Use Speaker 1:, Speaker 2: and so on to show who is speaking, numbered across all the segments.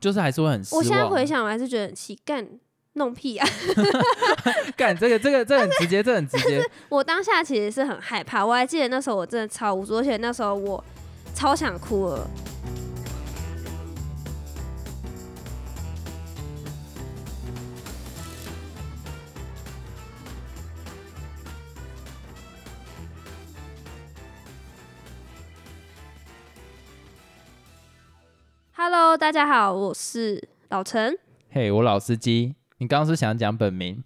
Speaker 1: 就是还是会很失望。
Speaker 2: 我现在回想，我还是觉得很气，干弄屁啊！
Speaker 1: 干这个这个这很直接，这很直 接。
Speaker 2: 我当下其实是很害怕，我还记得那时候我真的超无助，而且那时候我超想哭了。Hello，大家好，我是老陈。
Speaker 1: 嘿，我老司机，你刚刚是想讲本名？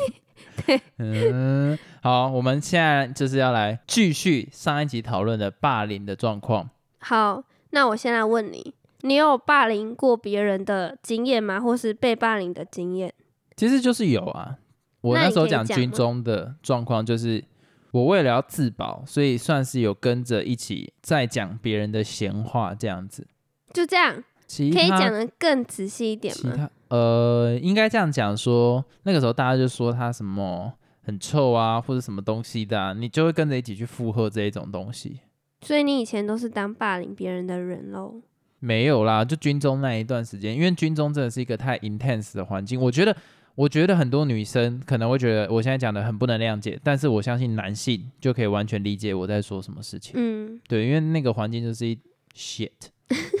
Speaker 2: 对，
Speaker 1: 嗯，好，我们现在就是要来继续上一集讨论的霸凌的状况。
Speaker 2: 好，那我先来问你，你有霸凌过别人的经验吗？或是被霸凌的经验？
Speaker 1: 其实就是有啊，我
Speaker 2: 那
Speaker 1: 那
Speaker 2: 你
Speaker 1: 时候
Speaker 2: 可以
Speaker 1: 讲
Speaker 2: 讲
Speaker 1: 军
Speaker 2: 吗
Speaker 1: 中的状况，就是我为了要自保，所以算是有跟着一起在讲别人的闲话这样子。
Speaker 2: 就这样，
Speaker 1: 其
Speaker 2: 可以
Speaker 1: 他
Speaker 2: 讲的更仔细一点
Speaker 1: 其
Speaker 2: 吗？
Speaker 1: 他呃，应该这样讲说，那个时候大家就说他什么很臭啊，或者什么东西的啊、你就会跟着一起去附和这一种东西。
Speaker 2: 所以你以前都是当霸凌别人的人喽？
Speaker 1: 没有啦，就军中那一段时间，因为军中真的是一个太 intense 的环境，我觉得。我觉得很多女生可能会觉得我现在讲的很不能谅解，但是我相信男性就可以完全理解我在说什么事情。
Speaker 2: 嗯，
Speaker 1: 对，因为那个环境就是一 shit，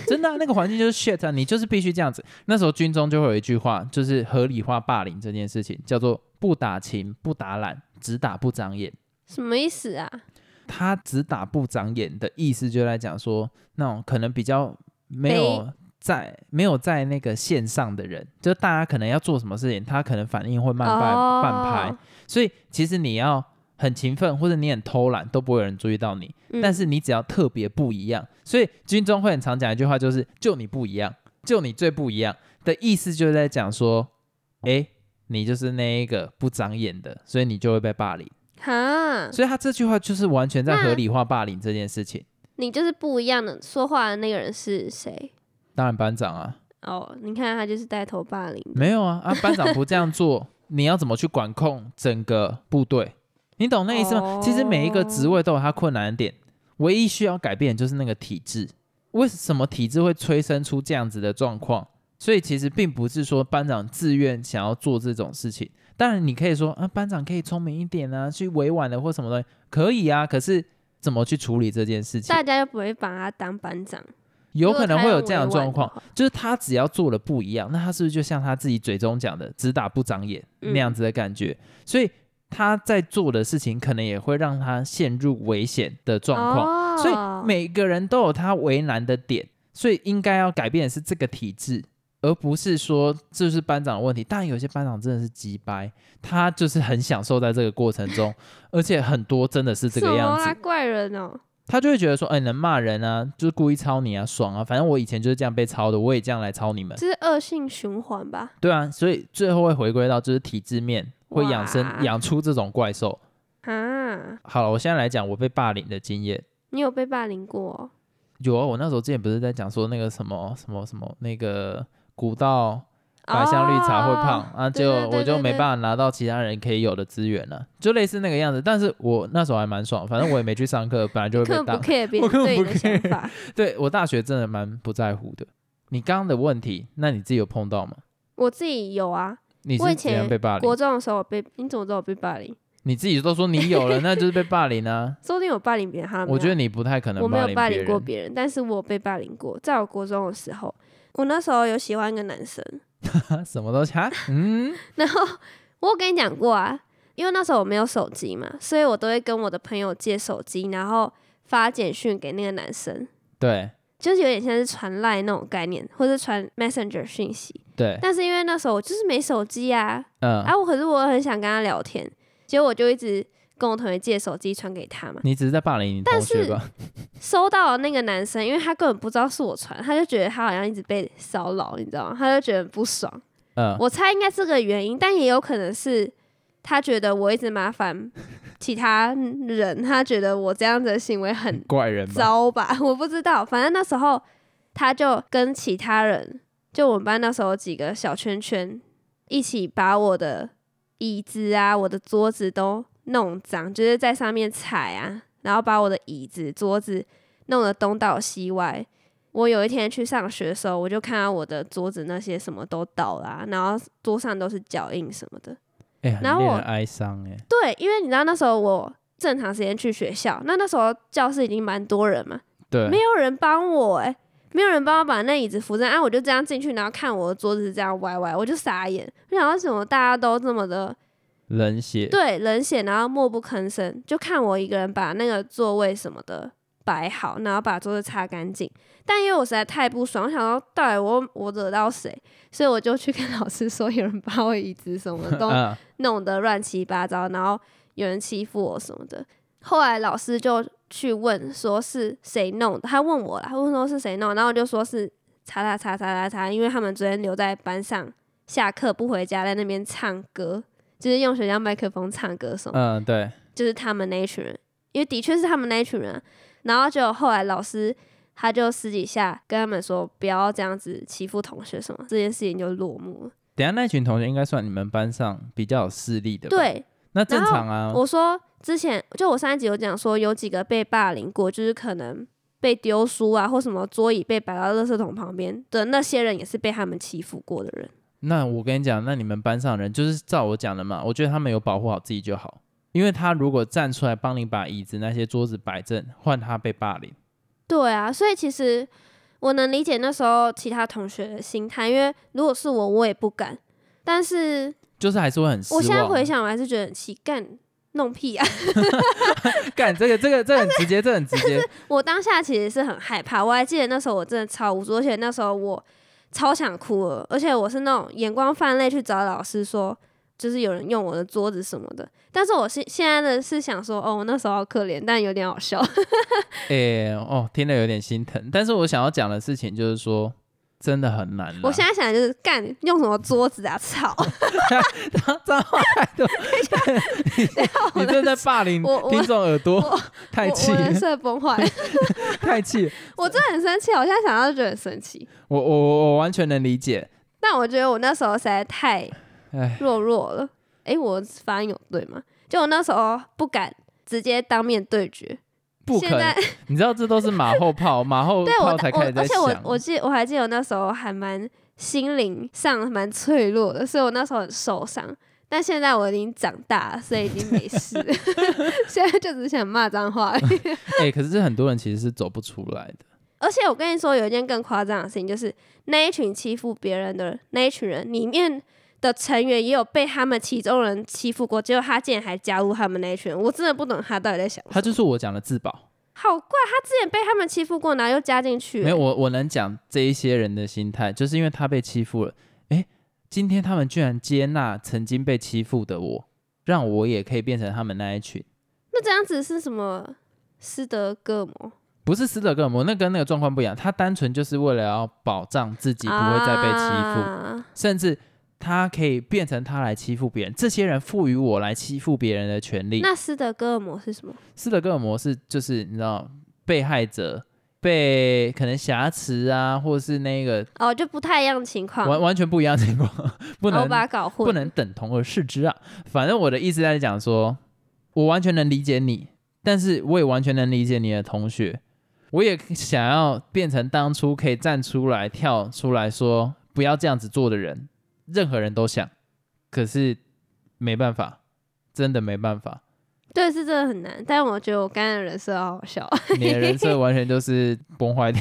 Speaker 1: 真 的啊、那个环境就是 shit 啊，你就是必须这样子。那时候军中就会有一句话，就是合理化霸凌这件事情，叫做不打情不打懒，只打不长眼。
Speaker 2: 什么意思啊？
Speaker 1: 他只打不长眼的意思，就在讲说那种可能比较没有在没有在那个线上的人，就大家可能要做什么事情，他可能反应会慢半、慢拍
Speaker 2: 哦，
Speaker 1: 所以其实你要很勤奋或者你很偷懒，都不会有人注意到你。
Speaker 2: 嗯
Speaker 1: 但是你只要特别不一样，所以军中会很常讲一句话，就是“就你不一样，就你最不一样”的意思，就是在讲说，哎，你就是那一个不长眼的，所以你就会被霸凌。
Speaker 2: 哈，
Speaker 1: 所以他这句话就是完全在
Speaker 2: 嗯那
Speaker 1: 合理化霸凌这件事情。
Speaker 2: 你就是不一样的。说话的那个人是谁？
Speaker 1: 当然班长啊，
Speaker 2: 哦，你看他就是带头霸凌的。
Speaker 1: 没有啊，啊班长不这样 做，你要怎么去管控整个部队？你懂那意思吗？其实每一个
Speaker 2: 哦
Speaker 1: 职位都有它困难的点，唯一需要改变的就是那个体制。为什么体制会催生出这样子的状况？所以其实并不是说班长自愿想要做这种事情。当然，你可以说啊，班长可以聪明一点啊，去委婉的或什么东西，可以啊。可是怎么去处理这件事情？
Speaker 2: 大家又不会把他当班长，
Speaker 1: 有
Speaker 2: 如果
Speaker 1: 可能
Speaker 2: 他
Speaker 1: 会
Speaker 2: 要
Speaker 1: 有这样的
Speaker 2: 委
Speaker 1: 状
Speaker 2: 婉的哦
Speaker 1: 况
Speaker 2: 话，
Speaker 1: 就是他只要做了不一样，那他是不是就像他自己嘴中讲的“只打不长眼”
Speaker 2: 嗯
Speaker 1: 那样子的感觉？所以他在做的事情，可能也会让他陷入危险的状况。
Speaker 2: 况
Speaker 1: 所以每个人都有他为难的点，所以应该要改变的是这个体制，而不是说这是班长的问题。当然，有些班长真的是鸡掰，他就是很享受在这个过程中，而且很多真的是这个样子
Speaker 2: 啊，。怪人哦，
Speaker 1: 他就会觉得说，哎、能骂人啊，就是故意抄你啊，爽啊，反正我以前就是这样被抄的，我也这样来抄你们，
Speaker 2: 这是恶性循环吧？
Speaker 1: 对啊，所以最后会回归到就是体制面会养
Speaker 2: 哇
Speaker 1: 生养出这种怪兽。
Speaker 2: 啊，
Speaker 1: 好了，我现在来讲我被霸凌的经验。
Speaker 2: 你有被霸凌过哦、
Speaker 1: 有啊，我那时候之前不是在讲说那个什么什么什么那个古道百香绿茶会胖、
Speaker 2: 哦
Speaker 1: 啊，结
Speaker 2: 对对
Speaker 1: 果
Speaker 2: 对
Speaker 1: 我就
Speaker 2: 对
Speaker 1: 没
Speaker 2: 对
Speaker 1: 办法拿到其他人可以有的资源了，就类似那个样子。但是我那时候还蛮爽，反正我也没去上课，本来就会被
Speaker 2: 根本
Speaker 1: 打
Speaker 2: 不 care 别人
Speaker 1: 根本
Speaker 2: 对
Speaker 1: 不
Speaker 2: 你的想法。
Speaker 1: 对我大学真的蛮不在乎的。你刚刚的问题，那你自己有碰到吗？
Speaker 2: 我自己有啊，
Speaker 1: 你
Speaker 2: 我
Speaker 1: 是
Speaker 2: 以
Speaker 1: 怎样
Speaker 2: 前
Speaker 1: 被霸
Speaker 2: 国
Speaker 1: 凌？
Speaker 2: 中的时候我被，你怎么知道我被霸凌？。
Speaker 1: 你自己都说你有了，那就是被霸凌啊
Speaker 2: 说不定我霸凌别人，哈，
Speaker 1: 我觉得
Speaker 2: 你
Speaker 1: 你不太可能
Speaker 2: 我没有霸
Speaker 1: 凌
Speaker 2: 凌过
Speaker 1: 人。
Speaker 2: 别人，但是我被霸凌过。在我国中的时候，我那时候有喜欢一个男生，
Speaker 1: 啊什么东西啊？嗯，
Speaker 2: 然后我有跟你讲过啊，因为那时候我没有手机嘛，所以我都会跟我的朋友借手机，然后发简讯给那个男生，
Speaker 1: 对
Speaker 2: 就是有点像是传赖那种概念，或是传 Messenger 讯息。
Speaker 1: 对，
Speaker 2: 但是因为那时候我就是没手机啊，
Speaker 1: 嗯，
Speaker 2: 啊，我可是我很想跟他聊天，结果我就一直跟我同学借手机传给他嘛。
Speaker 1: 你只是在霸凌你同学吧？
Speaker 2: 收到的那个男生，因为他根本不知道是我传，他就觉得他好像一直被骚扰，你知道吗？他就觉得很不爽。
Speaker 1: 嗯，
Speaker 2: 我猜应该是这个原因，但也有可能是他觉得我一直麻烦其他人，他觉得我这样子的行为很
Speaker 1: 怪人吧？
Speaker 2: 糟吧， 我不知道。反正那时候他就跟其他人，就我们班那时候有几个小圈圈，一起把我的椅子啊、我的桌子都弄脏，就是在上面踩啊，然后把我的椅子、桌子弄得东倒西歪。我有一天去上学的时候，我就看到我的桌子那些什么都倒啦、然后桌上都是脚印什么的。
Speaker 1: 哎、很
Speaker 2: 然后
Speaker 1: 令
Speaker 2: 我
Speaker 1: 人哀伤哎、
Speaker 2: 对，因为你知道那时候我正常时间去学校，那那时候教室已经蛮多人嘛，
Speaker 1: 对，
Speaker 2: 没有人帮我哎、没有人帮我把那椅子扶正，啊，我就这样进去，然后看我的桌子这样歪歪，我就傻眼，我想为什么大家都这么的
Speaker 1: 冷血，
Speaker 2: 对冷血，然后默不吭声，就看我一个人把那个座位什么的摆好，然后把桌子擦干净。但因为我实在太不爽，我想说到底我我惹到谁，所以我就去跟老师说有人把我椅子什么都
Speaker 1: 嗯，
Speaker 2: 弄得乱七八糟，然后有人欺负我什么的。后来老师就去问说是谁弄的，他问我啦，他问说是谁弄的，然后我就说是叉叉叉叉叉叉，因为他们昨天留在班上，下课不回家，在那边唱歌，就是用学校麦克风唱歌什么的
Speaker 1: 嗯，对，
Speaker 2: 就是他们那一群人，因为的确是他们那一群人啊、然后就后来老师他就私底下跟他们说，不要这样子欺负同学什么，这件事情就落幕了。
Speaker 1: 等一下那群同学应该算你们班上比较有势力的，，
Speaker 2: 对，
Speaker 1: 那正常啊，
Speaker 2: 我说之前就我上一集有讲说，有几个被霸凌过，就是可能被丢书啊，或什么桌椅被摆到垃圾桶旁边的那些人，也是被他们欺负过的人。
Speaker 1: 那我跟你讲，那你们班上人就是照我讲的嘛，我觉得他们有保护好自己就好，因为他如果站出来帮你把椅子那些桌子摆正，换他被霸凌，
Speaker 2: 对啊，所以其实我能理解那时候其他同学的心态，因为如果是我，我也不敢。但是
Speaker 1: 就是还是会很失望。
Speaker 2: 我现在回想，我还是觉得很气，干弄屁啊！
Speaker 1: 干这个这个这个很直接，这很直接，
Speaker 2: 我当下其实是很害怕，我还记得那时候我真的超无助，而且那时候我超想哭了，而且我是那种眼光泛泪去找老师说，就是有人用我的桌子什么的。但是我现现在的是想说，哦，我那时候好可怜，但有点好笑。
Speaker 1: 哎、哦，听了有点心疼。但是我想要讲的事情就是说，真的很难啦。
Speaker 2: 我现在想的就是干用什么桌子啊，操！
Speaker 1: 哦 脏脏话太多， 你你正在霸凌
Speaker 2: 我我
Speaker 1: 听众耳朵
Speaker 2: 我，
Speaker 1: 太气
Speaker 2: 我我
Speaker 1: 了
Speaker 2: 人，设 崩坏，
Speaker 1: 太气了。
Speaker 2: 我真的很生气，我现在想到就觉得很生气。
Speaker 1: 我我我我完全能理解。
Speaker 2: 但我觉得我那时候实在太
Speaker 1: 哎，
Speaker 2: 弱弱了。诶，我发音有对吗？就我那时候不敢直接当面对决，
Speaker 1: 不
Speaker 2: 现
Speaker 1: 可能
Speaker 2: 在！
Speaker 1: 你知道这都是马后 炮，马后
Speaker 2: 对我
Speaker 1: 炮
Speaker 2: 的
Speaker 1: 才
Speaker 2: 我
Speaker 1: 开始在
Speaker 2: 而且
Speaker 1: 想。
Speaker 2: 我我记我还记得我那时候还蛮心灵上蛮脆弱的，所以我那时候很受伤。但现在我已经长大了， 所以已经没事。现在就只想骂脏话而已。
Speaker 1: 哎、可是很多人其实是走不出来的。
Speaker 2: 而且我跟你说，有一件更夸张的事情，就是那一群欺负别人的那一群人里面的成员，也有被他们其中人欺负过，结果他竟然还加入他们那一群人，我真的不懂他到底在想什么。
Speaker 1: 他就是我讲的自保。
Speaker 2: 好怪，他之前被他们欺负过，然后又加进去、欸
Speaker 1: 没有，我我能讲这一些人的心态，就是因为他被欺负了。哎、今天他们居然接纳曾经被欺负的我，让我也可以变成他们那一群。
Speaker 2: 那这样子是什么？斯德哥尔摩
Speaker 1: 不是斯德哥尔摩，那跟那个状况不一样。他单纯就是为了要保障自己不会再被欺负，
Speaker 2: 啊
Speaker 1: 甚至他可以变成他来欺负别人。这些人赋予我来欺负别人的权利。
Speaker 2: 那斯德哥尔摩是什么？
Speaker 1: 斯德哥尔摩是就是你知道被害者被可能瑕疵啊，或是那个
Speaker 2: 哦，就不太一样的情况，
Speaker 1: 完完全不一样的情况，不
Speaker 2: 哦
Speaker 1: 能
Speaker 2: 我把它搞混，
Speaker 1: 不能等同而视之啊。反正我的意思在讲说，我完全能理解你，但是我也完全能理解你的同学，我也想要变成当初可以站出来跳出来说不要这样子做的人，任何人都想，可是没办法，真的没办法。
Speaker 2: 对，是真的很难。但我觉得我刚才的人设好好笑。
Speaker 1: 你的人设完全就是崩坏掉。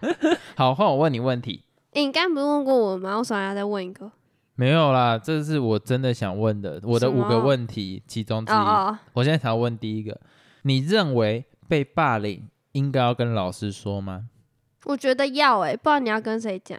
Speaker 1: 好，换我问你问题。
Speaker 2: 诶你刚刚不是问过我吗？我想要再问一个。
Speaker 1: 没有啦，这是我真的想问的，我的
Speaker 2: 什么
Speaker 1: 五个问题其中之
Speaker 2: 哦
Speaker 1: 一。
Speaker 2: 哦，
Speaker 1: 我现在想要问第一个，你认为被霸凌应该要跟老师说吗？
Speaker 2: 我觉得要诶、不知道你要跟谁讲。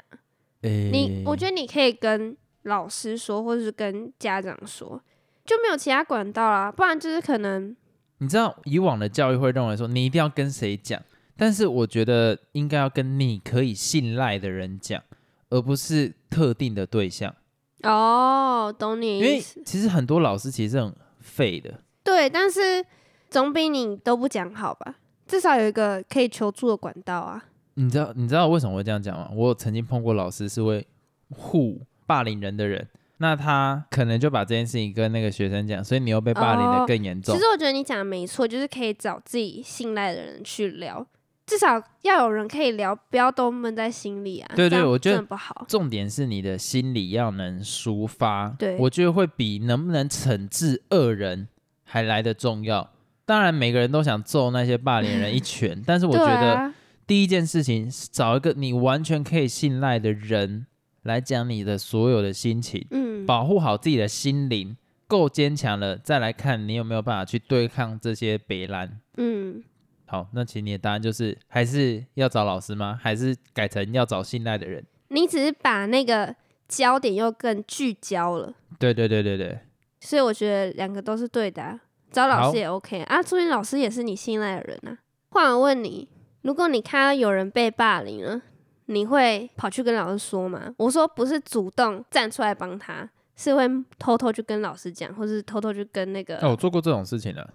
Speaker 1: 诶、
Speaker 2: 你，我觉
Speaker 1: 得
Speaker 2: 得你可以跟老师说，或者是跟家长说，就没有其他管道啦。不然就是可能
Speaker 1: 你知道以往的教育会认为说你一定要跟谁讲，但是我觉得应该要跟你可以信赖的人讲，而不是特定的对象，
Speaker 2: 哦，懂你
Speaker 1: 因
Speaker 2: 的
Speaker 1: 为
Speaker 2: 意思。
Speaker 1: 其实很多老师其实很废的。
Speaker 2: 对，但是总比你都不讲好吧？至少有一个可以求助的管道啊。
Speaker 1: 你知道你知道为什么会这样讲吗？我有曾经碰过老师是会护霸凌人的人，那他可能就把这件事情跟那个学生讲，所以你又被霸凌
Speaker 2: 哦
Speaker 1: 的更严重。
Speaker 2: 其实我觉得你讲的没错，就是可以找自己信赖的人去聊，至少要有人可以聊，不要都闷在心里啊。
Speaker 1: 对对
Speaker 2: 这样
Speaker 1: 我觉得
Speaker 2: 真的不好。
Speaker 1: 重点是你的心理要能抒发，
Speaker 2: 对
Speaker 1: 我觉得会比能不能惩治恶人还来得重要。当然，每个人都想揍那些霸凌人 一拳，但是我
Speaker 2: 对
Speaker 1: 觉得
Speaker 2: 啊、
Speaker 1: 第一件事情是找一个你完全可以信赖的人来讲你的所有的心情，
Speaker 2: 嗯，
Speaker 1: 保护好自己的心灵，够坚强了，再来看你有没有办法去对抗这些北兰。
Speaker 2: 嗯，
Speaker 1: 好，那请你的答案就是还是要找老师吗？还是改成要找信赖的人？
Speaker 2: 你只是把那个焦点又更聚焦了，
Speaker 1: 对对对对对。
Speaker 2: 所以我觉得两个都是对的啊、找老
Speaker 1: 好
Speaker 2: 师也 OK 啊，朱云老师也是你信赖的人啊。换我问你，如果你看到有人被霸凌了，你会跑去跟老师说吗？我说不是主动站出来帮他，是会偷偷去跟老师讲，或是偷偷去跟那个
Speaker 1: 哦，我做过这种事情了。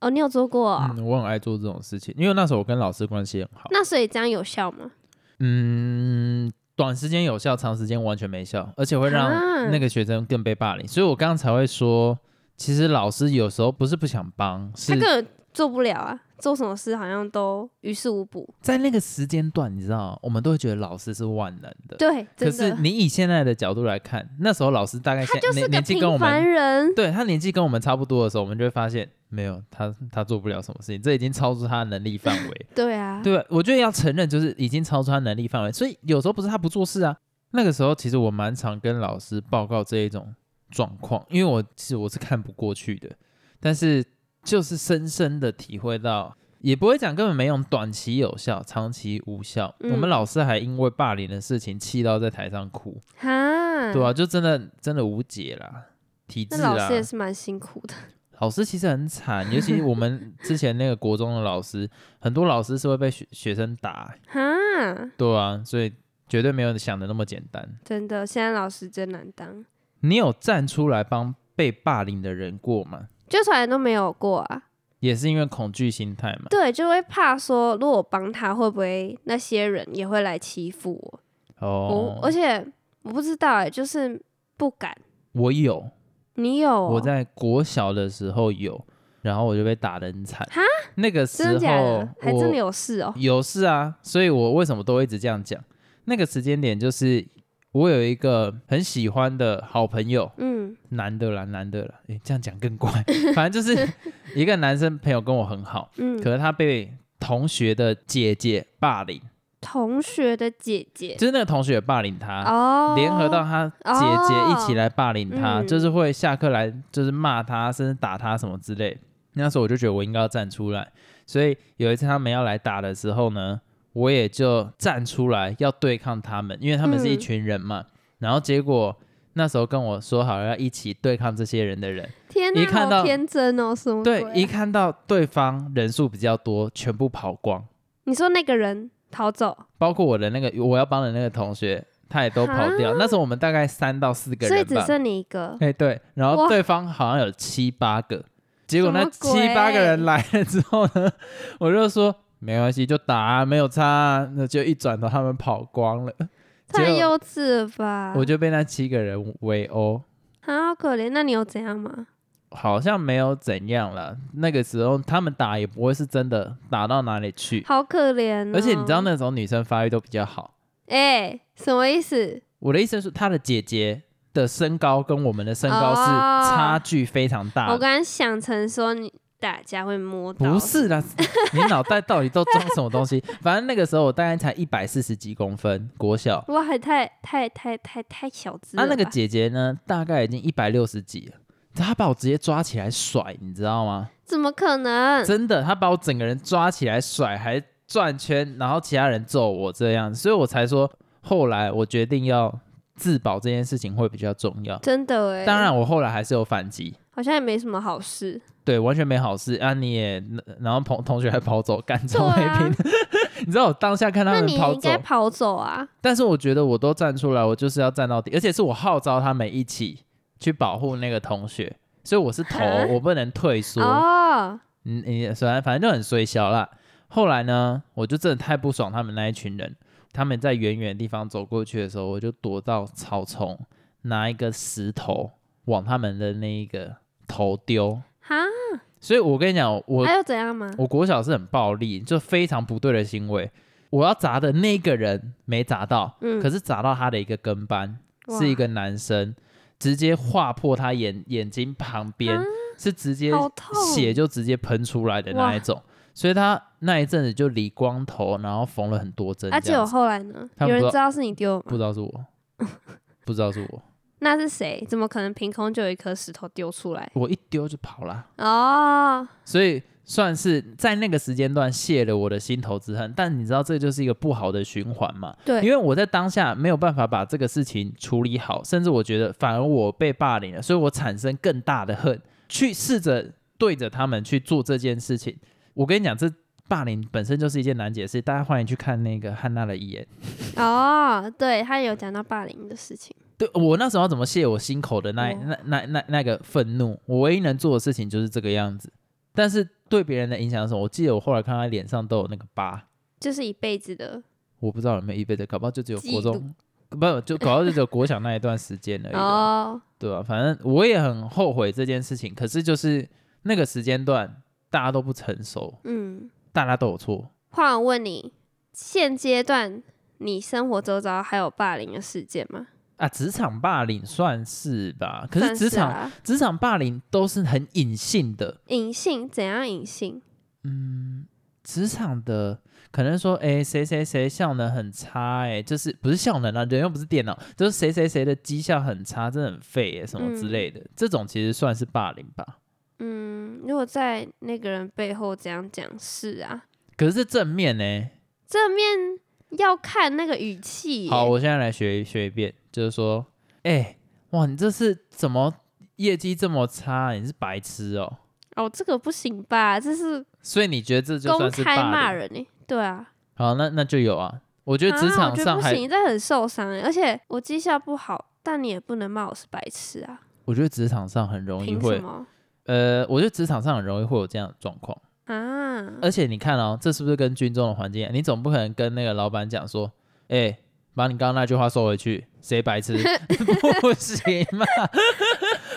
Speaker 2: 哦，你有做过呃哦、
Speaker 1: 嗯，我很爱做这种事情，因为那时候我跟老师关系很好。
Speaker 2: 那所以这样有效吗？
Speaker 1: 嗯，短时间有效，长时间完全没效，而且会
Speaker 2: 啊
Speaker 1: 让那个学生更被霸凌。所以我刚刚才会说，其实老师有时候不是不想帮，
Speaker 2: 他
Speaker 1: 是
Speaker 2: 根本做不了啊，做什么事好像都于事无补。
Speaker 1: 在那个时间段，你知道，我们都会觉得老师是万能的。
Speaker 2: 对，
Speaker 1: 可
Speaker 2: 真
Speaker 1: 是
Speaker 2: 的，
Speaker 1: 你以现在的角度来看，那时候老师大概
Speaker 2: 他
Speaker 1: 现
Speaker 2: 就是
Speaker 1: 年
Speaker 2: 个
Speaker 1: 年纪跟我
Speaker 2: 平凡
Speaker 1: 们，
Speaker 2: 人。
Speaker 1: 对他年纪跟我们差不多的时候，我们就会发现，没有他他做不了什么事情，这已经超出他的能力范围。
Speaker 2: 对啊，
Speaker 1: 对，我觉得要承认就是已经超出他能力范围，所以有时候不是他不做事啊。那个时候其实我蛮常跟老师报告这一种状况，因为我其实我是看不过去的，但是就是深深的体会到，也不会讲根本没用，短期有效，长期无效。我
Speaker 2: 嗯
Speaker 1: 们老师还因为霸凌的事情气到在台上哭，
Speaker 2: 哈，
Speaker 1: 对啊，啊就真的真的无解啦，体制
Speaker 2: 嗯那
Speaker 1: 啦。
Speaker 2: 老师也是蛮辛苦的。
Speaker 1: 老师其实很惨，尤其我们之前那个国中的老师，很多老师是会被学学生打、
Speaker 2: 哈，
Speaker 1: 对啊，所以绝对没有想的那么简单。
Speaker 2: 真的，现在老师真难当，
Speaker 1: 你有站出来帮被霸凌的人过吗？
Speaker 2: 就从来都没有过啊。
Speaker 1: 也是因为恐惧心态嘛。
Speaker 2: 对，就会怕说，如果我帮他，会不会那些人也会来欺负我？
Speaker 1: 哦
Speaker 2: 我，而且我不知道哎、就是不敢。
Speaker 1: 我有，
Speaker 2: 你有哦、
Speaker 1: 我在国小的时候有，然后我就被打得很惨
Speaker 2: 哈。
Speaker 1: 那个时
Speaker 2: 真的
Speaker 1: 候
Speaker 2: 假的？还真的
Speaker 1: 我
Speaker 2: 有事哦、
Speaker 1: 有事啊，所以我为什么都一直这样讲？那个时间点就是我有一个很喜欢的好朋友，
Speaker 2: 嗯
Speaker 1: 男的啦，男的啦，诶，这样讲更怪。 反正就是一个男生朋友跟我很好，
Speaker 2: 嗯，
Speaker 1: 可是他被同学的姐姐霸凌，
Speaker 2: 嗯同学的姐姐
Speaker 1: 就是那个同学霸凌他，
Speaker 2: 哦，
Speaker 1: 啊联合到他姐姐一起来霸凌他，
Speaker 2: 嗯
Speaker 1: 就是会下课来就是骂他，甚至打他什么之类。那时候我就觉得我应该要站出来，所以有一次他们要来打的时候呢，我也就站出来要对抗他们，因为他们是一
Speaker 2: 嗯
Speaker 1: 群人嘛。然后结果那时候跟我说好要一起对抗这些人的人，
Speaker 2: 天哪，
Speaker 1: 一看到
Speaker 2: 好天真哦、什么鬼
Speaker 1: 对
Speaker 2: 啊、，
Speaker 1: 一看到对方人数比较多，全部跑光。
Speaker 2: 你说那个人逃走，
Speaker 1: 包括我的那个我要帮的那个同学，他也都跑掉。那时候我们大概三到四个
Speaker 2: 所以
Speaker 1: 人
Speaker 2: 只
Speaker 1: 吧，
Speaker 2: 剩你一 个，
Speaker 1: 哎、对，然后
Speaker 2: 哇
Speaker 1: 对方好像有七八个，结果那
Speaker 2: 什么
Speaker 1: 七
Speaker 2: 鬼
Speaker 1: 八个人来了之后呢，我就说没关系，就打、啊，没有差、啊，那就一转头他们跑光了，
Speaker 2: 太
Speaker 1: 结果
Speaker 2: 幼稚了吧？
Speaker 1: 我就被那七个人围殴。
Speaker 2: 啊，好可怜。那你有怎样吗？
Speaker 1: 好像没有怎样了，那个时候他们打也不会是真的打到哪里去，
Speaker 2: 好可怜、哦。
Speaker 1: 而且你知道，那时候女生发育都比较好，
Speaker 2: 哎、什么意思？
Speaker 1: 我的意思是，她的姐姐的身高跟我们的身高是
Speaker 2: 哦
Speaker 1: 差距非常大的。
Speaker 2: 我刚刚想成说你打架会摸到，
Speaker 1: 啊不是啦，你脑袋到底都装什么东西？反正那个时候我大概才一百四十几公分，国小。
Speaker 2: 哇，还太太太太太小只
Speaker 1: 那、
Speaker 2: 了吧。
Speaker 1: 啊那个姐姐呢，大概已经一百六十几了。她把我直接抓起来甩，你知道吗？
Speaker 2: 怎么可能？
Speaker 1: 真的，她把我整个人抓起来甩，还转圈，然后其他人揍我这样，所以我才说，后来我决定要自保这件事情会比较重要。
Speaker 2: 真的哎、
Speaker 1: 当，然，我后来还是有反击，
Speaker 2: 好像也没什么好事。
Speaker 1: 对，完全没好事啊！你也，然后同同学还跑走，干
Speaker 2: 对
Speaker 1: 超没
Speaker 2: 啊
Speaker 1: 品。 你知道我当下看他
Speaker 2: 那
Speaker 1: 们
Speaker 2: 你
Speaker 1: 跑
Speaker 2: 应
Speaker 1: 走
Speaker 2: 该，跑走啊！
Speaker 1: 但是我觉得我都站出来，我就是要站到底，而且是我号召他们一起去保护那个同学，所以我是头
Speaker 2: 哈，
Speaker 1: 我不能退缩。
Speaker 2: 哦，
Speaker 1: 嗯，你虽然反正就很衰小啦。后来呢，我就真的太不爽他们那一群人，他们在远远的地方走过去的时候，我就躲到草丛，拿一个石头往他们的那一个头丢。
Speaker 2: 哈，
Speaker 1: 所以我跟你讲，我
Speaker 2: 还要怎样吗？
Speaker 1: 我国小是很暴力，就非常不对的行为。我要砸的那个人没砸到，
Speaker 2: 嗯
Speaker 1: 可是砸到他的一个跟班，
Speaker 2: 哇
Speaker 1: 是一个男生，直接划破他眼眼睛旁边，
Speaker 2: 啊
Speaker 1: 是直接
Speaker 2: 好痛，
Speaker 1: 血就直接喷出来的那一种。所以他那一阵子就理光头，然后缝了很多针
Speaker 2: 啊，
Speaker 1: 这
Speaker 2: 结
Speaker 1: 样
Speaker 2: 果
Speaker 1: 子。
Speaker 2: 后来呢？
Speaker 1: 他
Speaker 2: 有
Speaker 1: 们
Speaker 2: 人
Speaker 1: 不知道
Speaker 2: 知道是你丢的
Speaker 1: 不
Speaker 2: 吗？
Speaker 1: 知道是我，不知道是我，
Speaker 2: 那是谁？怎么可能凭空就有一颗石头丢出来？
Speaker 1: 我一丢就跑啦。
Speaker 2: 哦，
Speaker 1: 所以算是在那个时间段泄了我的心头之恨。但你知道，这就是一个不好的循环嘛？
Speaker 2: 对
Speaker 1: 因为我在当下没有办法把这个事情处理好，甚至我觉得反而我被霸凌了，所以我产生更大的恨，去试着对着他们去做这件事情。我跟你讲，这霸凌本身就是一件难解释，大家欢迎去看那个汉娜的遗言。
Speaker 2: 哦，对他有讲到霸凌的事情，
Speaker 1: 对我那时候要怎么泄我心口的那、
Speaker 2: 哦
Speaker 1: 那那那那个愤怒，我唯一能做的事情就是这个样子。但是对别人的影响是什么？我记得我后来看他脸上都有那个疤，
Speaker 2: 就是一辈子的
Speaker 1: 我不知道有没有一辈子，搞不好就只有国
Speaker 2: 嫉妒
Speaker 1: 中，不就搞不好就只有国小那一段时间而已啊，
Speaker 2: 哦，
Speaker 1: 对吧、反正我也很后悔这件事情，可是就是那个时间段大家都不成熟，
Speaker 2: 嗯。
Speaker 1: 大家都有错。
Speaker 2: 换我问你，现阶段你生活周遭还有霸凌的事件吗？
Speaker 1: 啊，职场霸凌算是吧，可
Speaker 2: 算
Speaker 1: 是职场、
Speaker 2: 啊、
Speaker 1: 职场霸凌都是很隐性的，
Speaker 2: 隐性怎样隐性？
Speaker 1: 嗯，职场的可能说，哎、谁谁谁效能很差、诶哎，就是不是效能啊，人又不是电脑，就是谁谁谁的绩效很差，真的很废耶、什么之
Speaker 2: 嗯
Speaker 1: 类的，这种其实算是霸凌吧。
Speaker 2: 嗯，如果在那个人背后这样讲是啊，
Speaker 1: 可是是正面呢、
Speaker 2: 正面要看那个语气耶。
Speaker 1: 好，我现在来学一学一遍，就是说，哎、哇，你这次怎么业绩这么差？啊你是白痴哦、
Speaker 2: 哦，这个不行吧？这是
Speaker 1: 所以你觉得这就
Speaker 2: 公
Speaker 1: 算是
Speaker 2: 开
Speaker 1: 霸
Speaker 2: 骂
Speaker 1: 凌？
Speaker 2: 人呢、对啊，
Speaker 1: 好，那那就有啊。我觉得职
Speaker 2: 啊、
Speaker 1: 场
Speaker 2: 我觉得
Speaker 1: 上
Speaker 2: 不
Speaker 1: 还，
Speaker 2: 行，这很受伤欸耶、而且我绩效不好，但你也不能骂我是白痴啊！
Speaker 1: 我觉得职场上很容易
Speaker 2: 凭什
Speaker 1: 哦会，
Speaker 2: 么
Speaker 1: 呃，我觉得职场上很容易会有这样的状况。
Speaker 2: 啊？
Speaker 1: 而且你看哦，这是不是跟军中的环境一样？你总不可能跟那个老板讲说，哎、把你刚刚那句话收回去，谁白痴？ 不行嘛，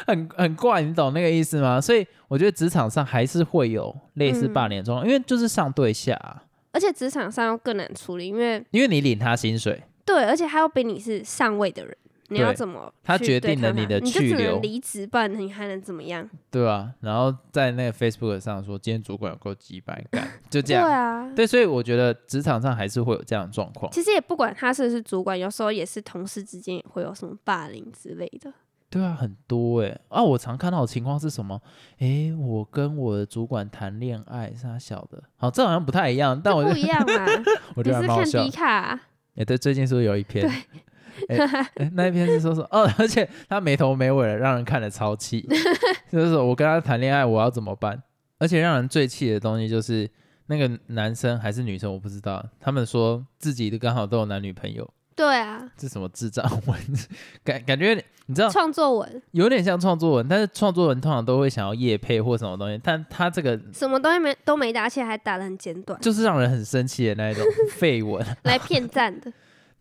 Speaker 1: 很很怪，你懂那个意思吗？所以我觉得职场上还是会有类似霸凌的
Speaker 2: 嗯
Speaker 1: 状况，因为就是上对下啊、
Speaker 2: 而且职场上又更难处理，因为
Speaker 1: 因为你领他薪水，
Speaker 2: 对，而且他又比你是上位的人，你要
Speaker 1: 对
Speaker 2: 怎么
Speaker 1: 他
Speaker 2: 去
Speaker 1: 决
Speaker 2: 对
Speaker 1: 定了
Speaker 2: 抗
Speaker 1: 你
Speaker 2: 他
Speaker 1: 的
Speaker 2: 你就
Speaker 1: 去
Speaker 2: 只
Speaker 1: 留
Speaker 2: 能离职，不然你还能怎么样？
Speaker 1: 对吧、然后在那个 Facebook 上说，今天主管有够几百干，就这
Speaker 2: 对
Speaker 1: 样。
Speaker 2: 啊，
Speaker 1: 对，所以我觉得职场上还是会有这样的状况。
Speaker 2: 其实也不管他是不是主管，有时候也是同事之间也会有什么霸凌之类的。
Speaker 1: 对啊，很多哎、啊！我常看到的情况是什么？诶，我跟我的主管谈恋爱，是他小的。好，这好像不太一样，但我
Speaker 2: 不
Speaker 1: 就
Speaker 2: 一样嘛，
Speaker 1: 我觉
Speaker 2: 你
Speaker 1: 得还
Speaker 2: 是
Speaker 1: 蛮好
Speaker 2: 看
Speaker 1: 笑
Speaker 2: 迪。卡、啊，
Speaker 1: 诶，对，最近是不是有一篇？诶，那一篇是说说哦， 而且他没头没尾的，让人看得超 气。就是说我跟他谈恋爱，我要怎么办？而且让人最气的东西就是那个男生还是女生，我不知道，他们说自己都刚好都有男女朋友，
Speaker 2: 对啊，
Speaker 1: 这什么智障文？感感觉有点你知道
Speaker 2: 创作文
Speaker 1: 有点像创作文，但是创作文通常都会想要夜配或什么东西，但他这个
Speaker 2: 什么东西没都没打起来，还打得很简短，
Speaker 1: 就是让人很生气的那一 种废文，
Speaker 2: 来骗赞的。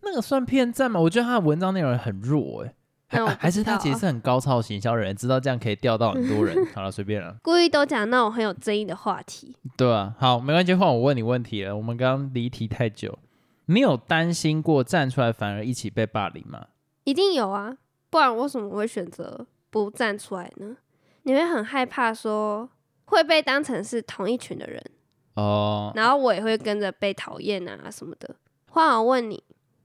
Speaker 1: 那个算骗赞吗？我觉得他的文章内容很弱哎、
Speaker 2: 那我
Speaker 1: 还
Speaker 2: 不
Speaker 1: 还是
Speaker 2: 知
Speaker 1: 他
Speaker 2: 道
Speaker 1: 其实
Speaker 2: 啊
Speaker 1: 是很高超的行销人，知道这样可以钓到很多 人。好了，随便了，
Speaker 2: 故意都讲那种很有争议的话题，
Speaker 1: 对啊，好，没关系，换我问你问题了。我们刚刚离题太久，你有担心过站出来反而一起被霸凌吗？
Speaker 2: 一定有啊，不然为什么会选择不站出来呢？你会很害怕说会被当成是同一群的人，
Speaker 1: 哦、
Speaker 2: 然后我也会跟着被讨厌啊什么的。换我问你，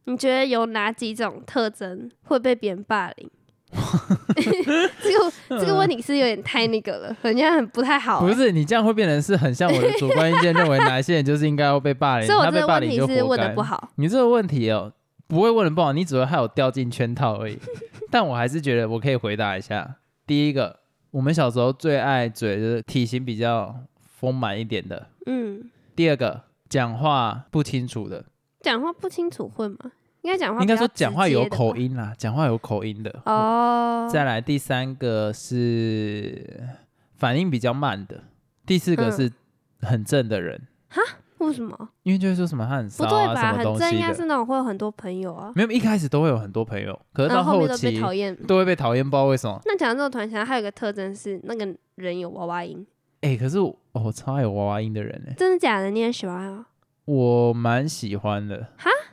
Speaker 2: 你觉得有哪几种特征会被别人霸 凌？这个这个问题是有点太那个了，人家很不太好欸、
Speaker 1: 不是你这样会变成是很像我的主观意见，认为哪些人就是应该要被霸凌，
Speaker 2: 所以我
Speaker 1: 哎他
Speaker 2: 这
Speaker 1: 被
Speaker 2: 个
Speaker 1: 霸
Speaker 2: 问
Speaker 1: 凌
Speaker 2: 题
Speaker 1: 就是活
Speaker 2: 问的
Speaker 1: 该
Speaker 2: 不。好。
Speaker 1: 你这个问题哦，不会问的不好，你只会害我掉进圈套 而已。但我还是觉得我可以回答一下。第一个，我们小时候最爱嘴就是体型比较丰满一点的；
Speaker 2: 嗯，
Speaker 1: 第二个，讲话不清楚的，
Speaker 2: 讲话不清楚会吗？应该讲话
Speaker 1: 应该
Speaker 2: 比较
Speaker 1: 说讲话
Speaker 2: 哦直接
Speaker 1: 有
Speaker 2: 的吧
Speaker 1: 口音啦，讲话有口音的。
Speaker 2: 哦。
Speaker 1: 再来第三个是反应比较慢的，第四个
Speaker 2: 嗯
Speaker 1: 是很正的人，
Speaker 2: 为什么？
Speaker 1: 因为就会说什么他很
Speaker 2: 不
Speaker 1: 骚
Speaker 2: 对
Speaker 1: 啊，
Speaker 2: 吧？
Speaker 1: 什么
Speaker 2: 很
Speaker 1: 东
Speaker 2: 正
Speaker 1: 西
Speaker 2: 应该
Speaker 1: 的。
Speaker 2: 是那种会有很多朋友啊，
Speaker 1: 没有，一开始都会有很多朋友，可是
Speaker 2: 然
Speaker 1: 到
Speaker 2: 嗯后后面都被
Speaker 1: 期
Speaker 2: 讨厌。
Speaker 1: 都会被讨厌，不知道为什么。
Speaker 2: 那讲到这个，突然想到还有一个特征是那个人有娃娃音，
Speaker 1: 哎、可是我、哦、我超爱娃娃音的人哎，
Speaker 2: 真的假的？你很喜欢哦？
Speaker 1: 我蛮喜欢的。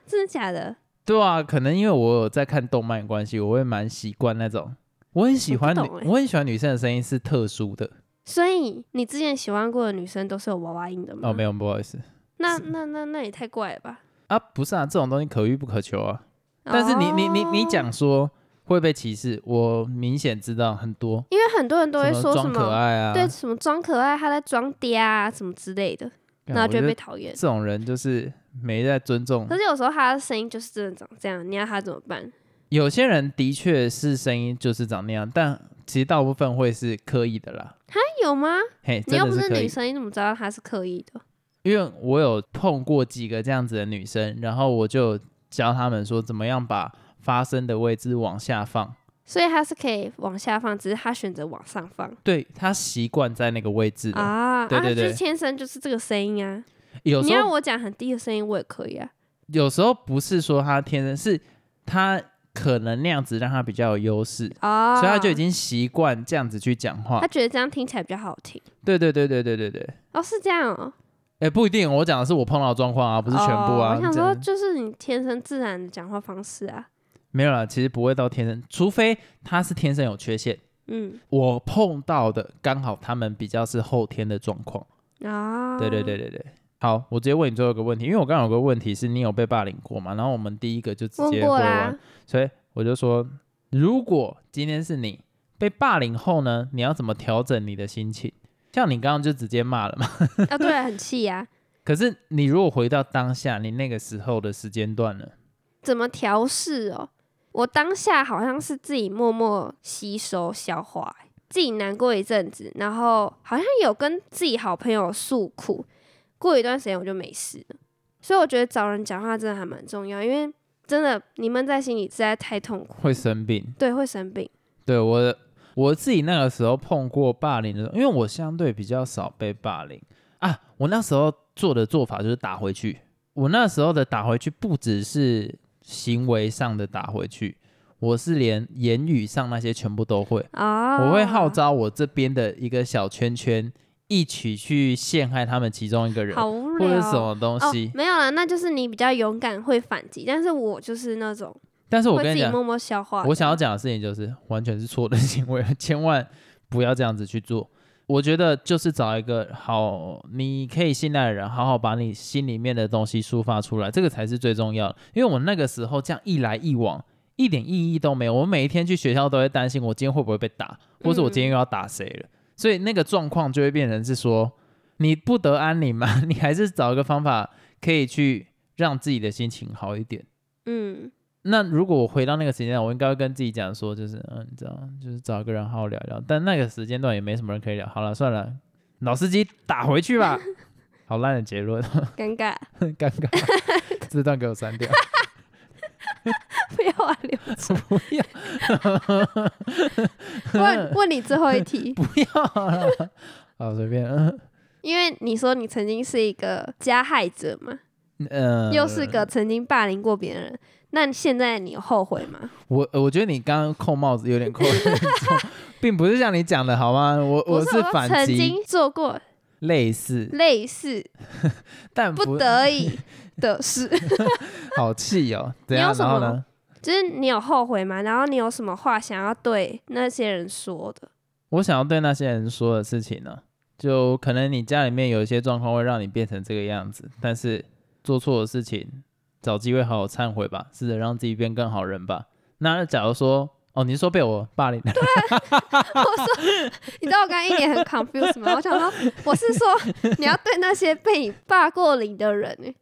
Speaker 2: 真的假的？
Speaker 1: 对啊，可能因为我有在看动漫的关系，我会蛮习惯那种。我很喜欢女，
Speaker 2: 我不懂
Speaker 1: 我
Speaker 2: 欸
Speaker 1: 很喜欢女生的声音是特殊的。
Speaker 2: 所以你之前喜欢过的女生都是有娃娃音的吗？
Speaker 1: 哦，没有，不好意思
Speaker 2: 那那那那也太怪了吧？
Speaker 1: 啊，不是啊，这种东西可遇不可求啊。但是你你你你
Speaker 2: 哦
Speaker 1: 讲说会被歧视，我明显知道很多，
Speaker 2: 因为很多人都会
Speaker 1: 什么
Speaker 2: 说什
Speaker 1: 装
Speaker 2: 么
Speaker 1: 可爱啊，
Speaker 2: 对什么装可爱，他在装嗲啊什么之类的，
Speaker 1: 干
Speaker 2: 然后
Speaker 1: 啊我
Speaker 2: 就
Speaker 1: 觉
Speaker 2: 会
Speaker 1: 得
Speaker 2: 被讨厌。
Speaker 1: 这种人就是没在尊重
Speaker 2: 可。是有时候他的声音就是真的长这样，你要他怎么办？
Speaker 1: 有些人的确是声音就是长那样，但其实大部分会是刻意的啦。
Speaker 2: 那哎有吗？
Speaker 1: 嘿，
Speaker 2: 你
Speaker 1: 真
Speaker 2: 又不
Speaker 1: 的
Speaker 2: 是
Speaker 1: 刻
Speaker 2: 女
Speaker 1: 意。
Speaker 2: 生，你怎么知道他是刻意的？
Speaker 1: 因为我有碰过几个这样子的女生，然后我就教她们说怎么样把发声的位置往下放。
Speaker 2: 所以他是可以往下放，只是他选择往上放
Speaker 1: 对她习惯在那个位置了，
Speaker 2: 啊，
Speaker 1: 对对
Speaker 2: 啊，就
Speaker 1: 对
Speaker 2: 是天生就是这个声音啊。
Speaker 1: 有
Speaker 2: 你
Speaker 1: 时
Speaker 2: 要
Speaker 1: 候
Speaker 2: 我讲很低的声音，我也可以啊。
Speaker 1: 有时候不是说她天生，是她可能那样子让她比较有优势，
Speaker 2: 啊，
Speaker 1: 所以她就已经哦习惯这样子去讲话
Speaker 2: 他。觉得这样听起来比较好听。
Speaker 1: 对对对对对对对。
Speaker 2: 哦，是这样哦，
Speaker 1: 哎、不一定，我讲的是我碰到的状况啊，不是全部啊。
Speaker 2: 哦我想
Speaker 1: 这
Speaker 2: 说，
Speaker 1: 样
Speaker 2: 就是你天生自然的讲话方式啊。
Speaker 1: 没有啦，其实不会到天生，除非她是天生有缺陷。
Speaker 2: 嗯
Speaker 1: 我碰到的刚好他们比较是后天的状况。
Speaker 2: 啊，
Speaker 1: 对对对对对。好，我直接问你最后一个问题，因为我刚刚有个问题是你有被霸凌过嘛？然后我们第一个就直
Speaker 2: 问
Speaker 1: 接
Speaker 2: 过啊
Speaker 1: 回
Speaker 2: 啦
Speaker 1: 完，，所以我就说，如果今天是你被霸凌后呢，你要怎么调整你的心情？像你刚刚就直接骂了嘛，
Speaker 2: 啊，对啊，很气呀、
Speaker 1: 可是你如果回到当下，你那个时候的时间段呢？
Speaker 2: 怎么调试哦？我当下好像是自己默默吸收消化，欸自己难过一阵子，然后好像有跟自己好朋友诉苦，过一段时间我就没事了。所以我觉得找人讲话真的还蛮重要，因为真的你闷在心里实在太痛苦，
Speaker 1: 会生病。
Speaker 2: 对，会生病。
Speaker 1: 对我我自己那个时候碰过霸凌的，因为我相对比较少被霸凌啊。我那时候做的做法就是打回去。我那时候的打回去不只是行为上的打回去，我是连言语上那些全部都会。
Speaker 2: 啊，
Speaker 1: 我会号召我这边的一个小圈圈一起去陷害他们其中一个人，
Speaker 2: 好无
Speaker 1: 或
Speaker 2: 聊，
Speaker 1: 者是什么东
Speaker 2: 哦
Speaker 1: 西。，
Speaker 2: 没有啦，那就是你比较勇敢，会反击，但是我就是那种
Speaker 1: 但是我
Speaker 2: 会
Speaker 1: 跟
Speaker 2: 自
Speaker 1: 你
Speaker 2: 己
Speaker 1: 讲，
Speaker 2: 默默消化的。
Speaker 1: 我想要讲的事情就是，完全是错的 行为，千万不要这样子去做。我觉得就是找一个好你可以信赖的人，好好把你心里面的东西抒发出来，这个才是最重要的。因为我那个时候这样一来一往，一点意义都没有。我每一天去学校都会担心，我今天会不会被打，或者我今天又要打谁了。所以那个状况就会变成是说，你不得安宁嘛， 你还是找一个方法可以去让自己的心情好一点。
Speaker 2: 嗯，
Speaker 1: 那如果我回到那个时间段，我应该会跟自己讲说，就是嗯，你知道，就是找一个人好好聊聊。但那个时间段也没什么人可以聊，好了，算了，老司机打回去 吧。好烂的结论，
Speaker 2: 尴尬，
Speaker 1: 很尴尬。这段给我删掉，
Speaker 2: 不要啊挽留。
Speaker 1: 不要，
Speaker 2: 问问你最后一题
Speaker 1: 不要啊！好，随便，嗯
Speaker 2: 因为你说你曾经是一个加害者嘛，
Speaker 1: 嗯，
Speaker 2: 又是个曾经霸凌过别人，那现在你有后悔吗？
Speaker 1: 我，呃我觉得你刚刚扣帽子有点扣得很重，并不是像你讲的好吗？我
Speaker 2: 不
Speaker 1: 是
Speaker 2: 说
Speaker 1: 反
Speaker 2: 曾
Speaker 1: 击，
Speaker 2: 经做过
Speaker 1: 类似，
Speaker 2: 类 似
Speaker 1: 但
Speaker 2: 不得 已的事，
Speaker 1: 好气哦。怎
Speaker 2: 你有
Speaker 1: 样？
Speaker 2: 什
Speaker 1: 然后
Speaker 2: 么
Speaker 1: 呢？
Speaker 2: 就是你有后悔吗？然后你有什么话想要对那些人说的？
Speaker 1: 我想要对那些人说的事情呢，就可能你家里面有一些状况会让你变成这个样子，但是做错的事情，找机会好好忏悔吧，试着让自己变更好人吧。那假如说，哦，你是说被我霸凌，
Speaker 2: 你知道我刚刚一脸很 confused 吗？我想说，我是说你要对那些被你霸过凌的人、欸，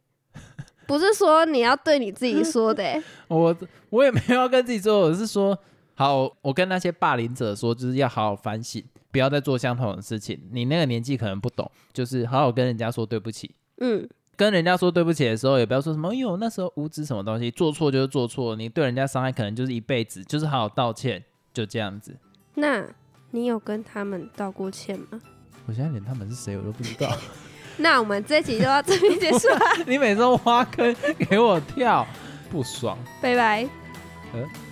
Speaker 2: 不是说你要对你自己说的、欸。
Speaker 1: 我我也没有要跟自己说，我是说，好，我跟那些霸凌者说，就是要好好反省，不要再做相同的事情。你那个年纪可能不懂，就是好好跟人家说对不起，
Speaker 2: 嗯，
Speaker 1: 跟人家说对不起的时候，也不要说什么“哎呦，那时候无知什么东西”，做错就是做错，你对人家伤害可能就是一辈子，就是好好道歉，就这样子。
Speaker 2: 那你有跟他们道过歉吗？
Speaker 1: 我现在连他们是谁我都不知道，
Speaker 2: 那我们这集就到这边结束了，
Speaker 1: 你每次都挖坑给我跳，不爽。
Speaker 2: 拜拜。
Speaker 1: 呃